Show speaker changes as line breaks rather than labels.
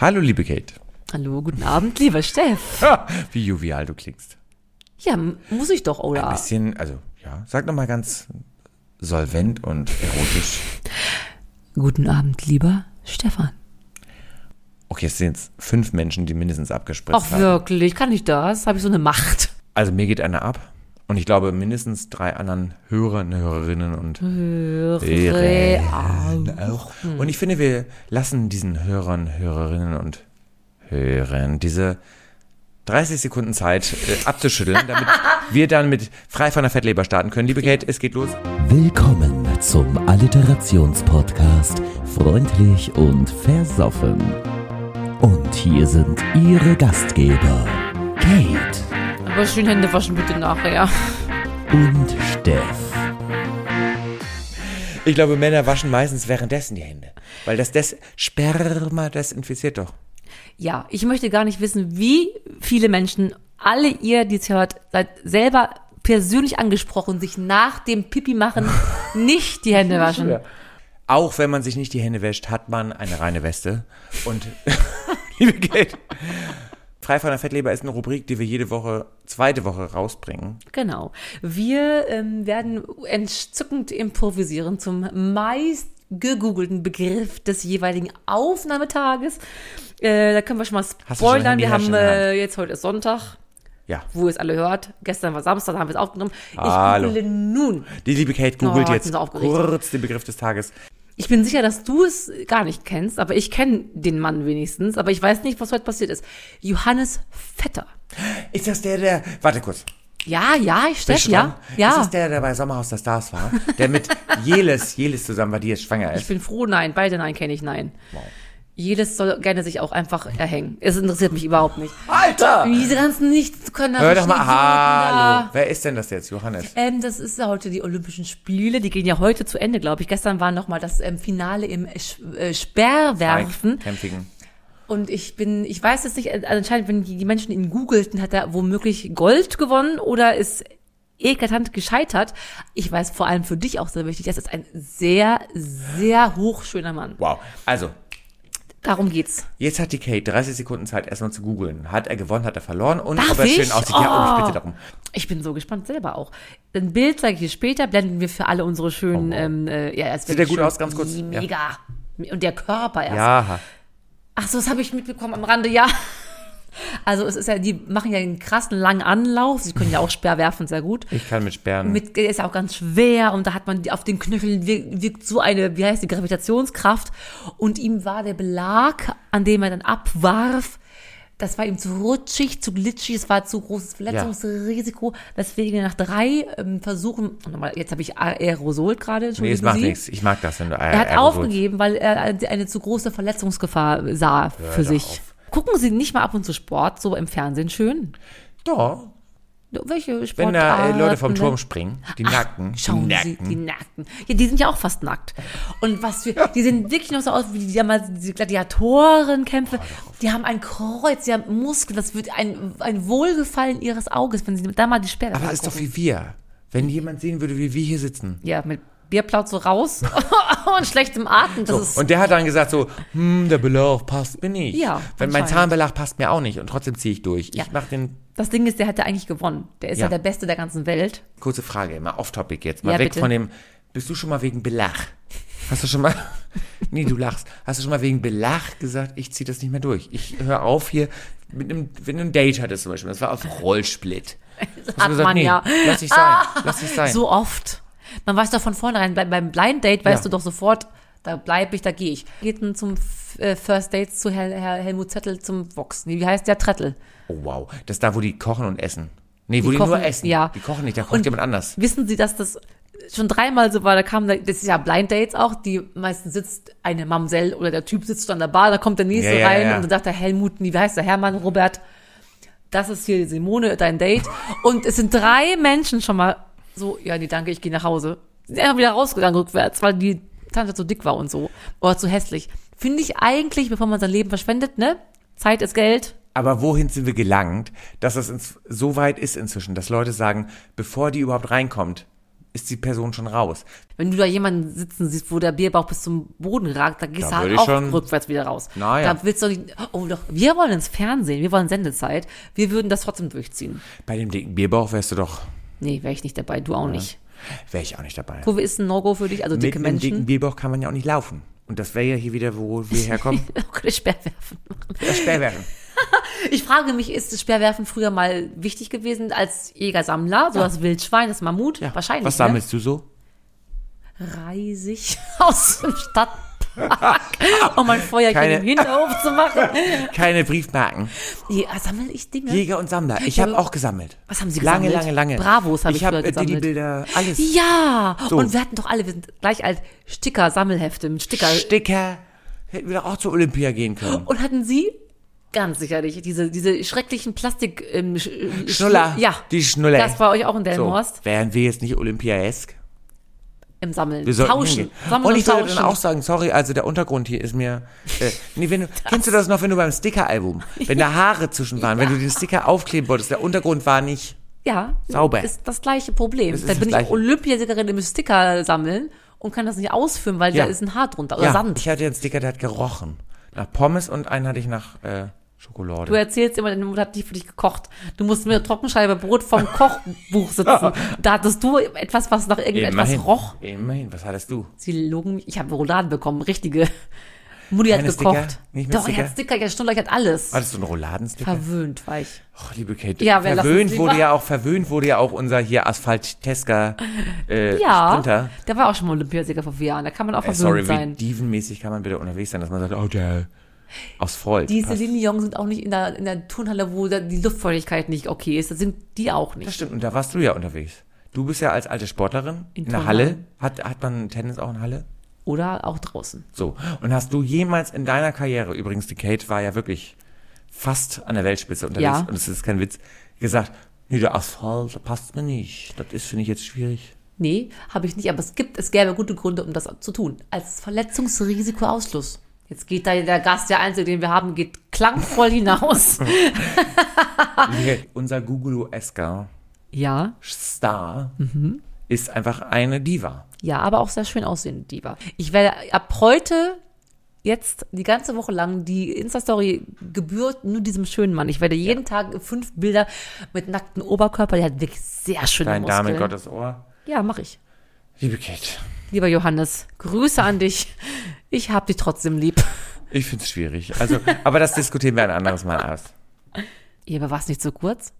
Hallo, liebe Kate.
Hallo, guten Abend, lieber Steff.
Ha, wie jovial du klingst.
Ja, m- muss ich doch, oder?
Ein bisschen, also, ja, sag nochmal ganz solvent und erotisch.
Guten Abend, lieber Stefan.
Okay, es sind jetzt fünf Menschen, die mindestens abgespritzt
Ach
haben.
wirklich, kann ich das? Habe ich so eine Macht?
Also, mir geht einer ab. Und ich glaube, mindestens drei anderen Hörer und Hörerinnen und Hörer. auch. Und ich finde, wir lassen diesen Hörern, Hörerinnen und Hörern diese 30 Sekunden Zeit äh, abzuschütteln, damit wir dann mit frei von der Fettleber starten können. Liebe Kate, es geht los.
Willkommen zum Alliterationspodcast Freundlich und Versoffen. Und hier sind Ihre Gastgeber, Kate
Aber schön Hände waschen bitte nachher.
und Steff.
Ich glaube, Männer waschen meistens währenddessen die Hände. Weil das Des Sperma desinfiziert doch.
Ja, ich möchte gar nicht wissen, wie viele Menschen, alle ihr, die es hört, seid selber persönlich angesprochen, sich nach dem Pipi machen nicht die Hände waschen.
Auch wenn man sich nicht die Hände wäscht, hat man eine reine Weste. Und liebe Kate, frei von der Fettleber ist eine Rubrik, die wir jede Woche, zweite Woche rausbringen.
Genau. Wir ähm, werden entzückend improvisieren zum meist gegoogelten Begriff des jeweiligen Aufnahmetages. Äh, da können wir schon mal
Hast du schon
spoilern. wir
ein Handy
haben
her, schon in
äh, jetzt heute ist Sonntag,
Ja.
wo ihr es alle hört. Gestern war Samstag, da haben wir es aufgenommen. Ich
Hallo.
google nun.
Die liebe Kate googelt
Oh, hat
jetzt
uns aufgeregt.
kurz den Begriff des Tages.
Ich bin sicher, dass du es gar nicht kennst, aber ich kenne den Mann wenigstens. Aber ich weiß nicht, was heute passiert ist. Johannes Vetter.
Ist das der, der. Warte kurz.
Ja, ja,
Bist
ich steff,
du
ja.
dran? Ist
Ja.
das der, der bei Sommerhaus der Stars war? Der mit Jelis, Jelis zusammen war, die jetzt schwanger
Ich
ist.
bin froh, nein, beide nein kenne ich nein. Jedes soll gerne sich auch einfach erhängen. Es interessiert mich überhaupt nicht.
Alter!
Diese ganzen nichts können
Hör doch mal, hallo. Wer ist denn das jetzt? Johannes.
Ähm, das ist ja heute die Olympischen Spiele, die gehen ja heute zu Ende, glaube ich. Gestern war nochmal das ähm, Finale im Sch- äh, Sperrwerfen.
Kämpfigen.
Und ich bin, ich weiß jetzt nicht, äh, anscheinend, wenn die die Menschen ihn googelten, hat er womöglich Gold gewonnen oder ist eklatant gescheitert. Ich weiß vor allem für dich auch sehr wichtig, das ist ein sehr, sehr hochschöner Mann.
Wow. Also,
Darum geht's.
jetzt hat die Kate 30 Sekunden Zeit, erstmal zu googeln. Hat er gewonnen, hat er verloren und
Darf
ob er schön
ich?
aussieht. Ja, oh, ich bitte darum.
Ich bin so gespannt selber auch. Ein Bild zeige ich dir später, blenden wir für alle unsere schönen. Ähm, äh, ja, es
Oh, Sieht
wird
der gut
schön.
aus, ganz kurz? Ja.
Mega. Und der Körper erst.
Ja.
Ach so, das habe ich mitbekommen am Rande, ja. Also es ist ja, die machen ja einen krassen langen Anlauf. Sie können ja auch Speer werfen, sehr gut.
Ich kann mit Sperren.
Mit, ist ja auch ganz schwer und da hat man die- auf den Knöcheln wirkt, wirkt so eine, wie heißt die, Gravitationskraft. Und ihm war der Belag, an dem er dann abwarf, das war ihm zu rutschig, zu glitschig, es war zu großes Verletzungsrisiko, weswegen er nach drei ähm, Versuchen, oh, nochmal, jetzt habe ich Aerosol gerade,
nee,
entschuldigen
es macht
Sie.
nichts. Ich mag das, wenn du
Er hat aufgegeben, weil er eine zu große Verletzungsgefahr sah für
doch
sich.
auf.
Gucken Sie nicht mal ab und zu Sport, so im Fernsehen schön.
Doch.
Welche
Wenn
Sportarten?
da äh, Leute vom
ne?
Turm springen, die Nacken.
Schauen
die
Sie,
Nacken.
die Nackten. Ja, die sind ja auch fast nackt. Und was für, die sehen wirklich noch so aus wie die damals diese Gladiatorenkämpfe. Die haben ein Kreuz, die haben Muskeln. Das wird ein, ein Wohlgefallen ihres Auges, wenn sie da mal die Sperre
Aber das ist doch wie wir. Wenn jemand sehen würde, wie wir hier sitzen.
Ja, mit Bierplauze raus und schlechtem Atem. Das ist
Und der hat dann gesagt so, hm, der Belag passt mir nicht.
Ja,
Wenn mein
anscheinend.
Zahnbelag passt mir auch nicht und trotzdem ziehe ich durch. Ich
Ja.
mach den,
Das Ding ist, der hat ja eigentlich gewonnen. Der ist ja,
Ja.
der Beste der ganzen Welt.
kurze Frage, mal off-topic jetzt, mal
Ja,
weg
bitte.
von dem, bist du schon mal wegen Belag? Hast du schon mal, nee, du lachst, hast du schon mal wegen Belag gesagt, ich ziehe das nicht mehr durch. Ich höre auf hier, mit einem, wenn du ein Date hattest zum Beispiel, das war auf Rollsplit. Hast du
hat man ja.
Lass ich sein, lass ich sein.
So oft. Man weiß doch von vornherein, bei- beim Blind Date weißt
Ja.
du doch sofort, da bleib ich, da gehe ich. Geht denn zum F- äh, First Dates zu Hel Herr Helmut Zettel zum Vox? Nee, wie heißt der Trettel?
Oh wow, das ist da, wo die kochen und essen. Nee, wo
Die
die,
kochen,
nur essen.
ja.
Die kochen nicht, da kocht
Und-
jemand anders.
Wissen Sie, dass das schon dreimal so war, da kam, da- das ist ja Blind Dates auch, die meistens sitzt eine Mamsell oder der Typ sitzt an der Bar, da kommt der nächste
Ja, ja,
rein
ja.
und dann sagt der Helmut, nee, wie heißt der Hermann, Robert, das ist hier Simone, dein Date. Und es sind drei Menschen schon mal so, ja, nee, danke, ich gehe nach Hause. Sind einfach wieder rausgegangen rückwärts, weil die Tante zu dick war und so. Oder zu hässlich. Finde ich eigentlich, bevor man sein Leben verschwendet, ne? Zeit ist Geld.
Aber wohin sind wir gelangt, dass das ins, so weit ist inzwischen, dass Leute sagen, bevor die überhaupt reinkommt, ist die Person schon raus.
Wenn du da jemanden sitzen siehst, wo der Bierbauch bis zum Boden ragt, dann gehst
Da würde
du halt
ich
auch
schon-
rückwärts wieder raus.
Naja.
Da willst du doch nicht, oh doch, wir wollen ins Fernsehen, wir wollen Sendezeit, wir würden das trotzdem durchziehen.
Bei dem dicken Bierbauch wärst du doch,
Nee, wäre ich nicht dabei, du auch nicht.
wäre ich auch nicht dabei.
Kurve ist ein No-Go für dich, also
Mit
dicke
einem dicken
Menschen.
Bierbauch kann man ja auch nicht laufen. Und das wäre ja hier wieder, wo wir herkommen.
Auch keine Sperrwerfen machen.
Das Sperrwerfen.
Ich frage mich, ist das Sperrwerfen früher mal wichtig gewesen als Jägersammler? So das Wildschwein, das Mammut? Wahrscheinlich.
Was
ne?
sammelst du so?
Reisig aus dem Stadtpark, um ein Feuerchen
Keine-
im Hinterhof zu machen.
Keine Briefmarken.
Ja, sammel ich Dinge?
Jäger und Sammler. Ich habe auch gesammelt.
Also, Was haben Sie
lange,
gesammelt?
Lange, lange, lange.
Bravos habe ich
habe
früher
äh, die
gesammelt.
Bilder, alles.
Ja,
So.
und wir hatten doch alle, wir sind gleich alt, Sticker, Sammelhefte mit Sticker.
Sticker. Hätten wir doch auch zur Olympia gehen können.
und hatten Sie ganz sicherlich diese, diese schrecklichen Plastik... Ähm, Sch- äh,
Schnuller.
Schnu- Ja,
Die Schnuller.
das bei euch auch in
so.
Delmenhorst
Wären wir jetzt nicht olympiaesk?
im Sammeln.
Wir sollten
tauschen.
hingehen.
Sammeln
Und
und,
ich würde
tauschen.
dann auch sagen, sorry, also der Untergrund hier ist mir. Äh, nee, wenn du, kennst du das noch, wenn du beim Sticker-Album, wenn da Haare zwischen waren, wenn du den Sticker aufkleben wolltest, der Untergrund war nicht.
ja,
Sauber.
ist das gleiche Problem.
ist
Da
das
bin ich
Gleiche.
Olympiasiegerin im Sticker sammeln und kann das nicht ausführen, weil
Ja.
da ist ein Haar drunter oder Sand.
Ich hatte einen Sticker, der hat gerochen. Nach Pommes und einen hatte ich nach äh, Schokolade.
Du erzählst immer, deine Mutter hat nicht für dich gekocht. Du musst mit der Trockenscheibe Brot vom Kochbuch sitzen. Da hattest du etwas, was nach irgendetwas
Immerhin.
roch.
Immerhin, was hattest du?
Sie logen mich. Ich habe Rouladen bekommen, richtige. Mutti hat
Keine
gekocht.
Sticker? Nicht Ah, mit
Doch, ich
Sticker?
hatte Sticker, ich hatte Schnuller, ich hatte alles.
Hattest du einen Rouladensticker?
Verwöhnt war ich.
Och, liebe Kate,
Ja, wir lassen
verwöhnt
es
wurde
lieber.
ja auch, verwöhnt wurde ja auch unser hier Asphalt-Tesker äh,
Ja,
Sprinter.
der war auch schon mal Olympiasieger vor vier Jahren. Da kann man auch
Äh,
verwöhnt
sorry, wie
sein.
dievenmäßig kann man wieder unterwegs sein, dass man sagt, oh der aus Freud.
Die
passt.
Celine Jong sind auch nicht in der, in der Turnhalle, wo da die Luftfeuchtigkeit nicht okay ist. Da sind die auch
Das
nicht.
stimmt, und da warst du ja unterwegs. Du bist ja als alte Sportlerin in,
In
der
Turnhallen.
Halle. Hat, hat man Tennis auch in Halle?
Oder auch draußen.
So. Und hast du jemals in deiner Karriere, übrigens, die Kate war ja wirklich fast an der Weltspitze unterwegs,
Ja.
und das ist kein Witz, gesagt, nee, der Asphalt, das passt mir nicht. Das ist, finde ich, jetzt schwierig.
Nee, habe ich nicht, aber es gibt, es gäbe gute Gründe, um das zu tun. Als Verletzungsrisikoausschluss. Jetzt geht da der Gast, der Einzige, den wir haben, geht klangvoll hinaus. Ah.
Hier, Unser Gugulu Esker
ja,
Star
Mhm.
ist einfach eine Diva.
ja, aber auch sehr schön aussehende Diva. Ich werde ab heute jetzt die ganze Woche lang die Insta-Story gebührt nur diesem schönen Mann. Ich werde jeden Tag fünf Bilder mit nacktem Oberkörper, der hat wirklich sehr schöne
Dein
Muskeln.
Dame Gottes Ohr.
Ja, mache ich.
Liebe Kate,
Lieber Johannes, Grüße an dich. Ich hab dich trotzdem lieb.
ich find's schwierig. Also, aber das diskutieren wir ein anderes Mal aus.
Ihr war es nicht so kurz?